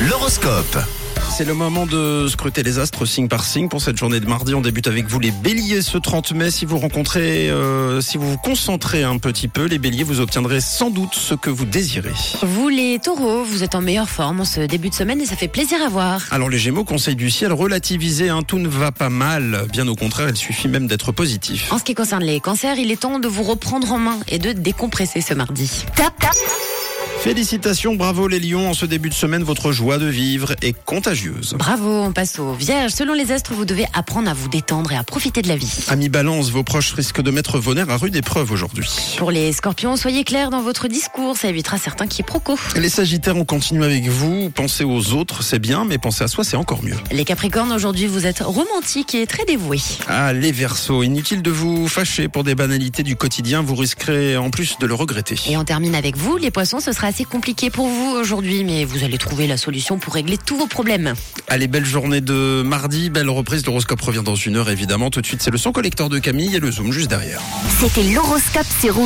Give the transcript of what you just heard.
L'horoscope. C'est le moment de scruter les astres signe par signe pour cette journée de mardi. On débute avec vous les béliers ce 30 mai. Si vous rencontrez, euh, si vous vous concentrez un petit peu, les béliers, vous obtiendrez sans doute ce que vous désirez. Vous les taureaux, vous êtes en meilleure forme en ce début de semaine et ça fait plaisir à voir. Alors les gémeaux, conseil du ciel, relativisez, hein, tout ne va pas mal. Bien au contraire, il suffit même d'être positif. En ce qui concerne les cancers, il est temps de vous reprendre en main et de décompresser ce mardi. Tap, tap. Félicitations, bravo les lions. En ce début de semaine, votre joie de vivre est contagieuse. Bravo, on passe aux vierges. Selon les astres, vous devez apprendre à vous détendre et à profiter de la vie. Amis balance, vos proches risquent de mettre vos nerfs à rude épreuve aujourd'hui. Pour les scorpions, soyez clairs dans votre discours, ça évitera certains quiproquos. Les sagittaires, on continue avec vous. Pensez aux autres, c'est bien, mais penser à soi, c'est encore mieux. Les capricornes, aujourd'hui, vous êtes romantiques et très dévoués. Ah, les versos, inutile de vous fâcher pour des banalités du quotidien, vous risquerez en plus de le regretter. Et on termine avec vous, les poissons, ce sera assez compliqué pour vous aujourd'hui, mais vous allez trouver la solution pour régler tous vos problèmes. Allez, belle journée de mardi, belle reprise. L'horoscope revient dans une heure, évidemment. Tout de suite, c'est le son collecteur de Camille et le zoom juste derrière. C'était l'horoscope, c'est rouge.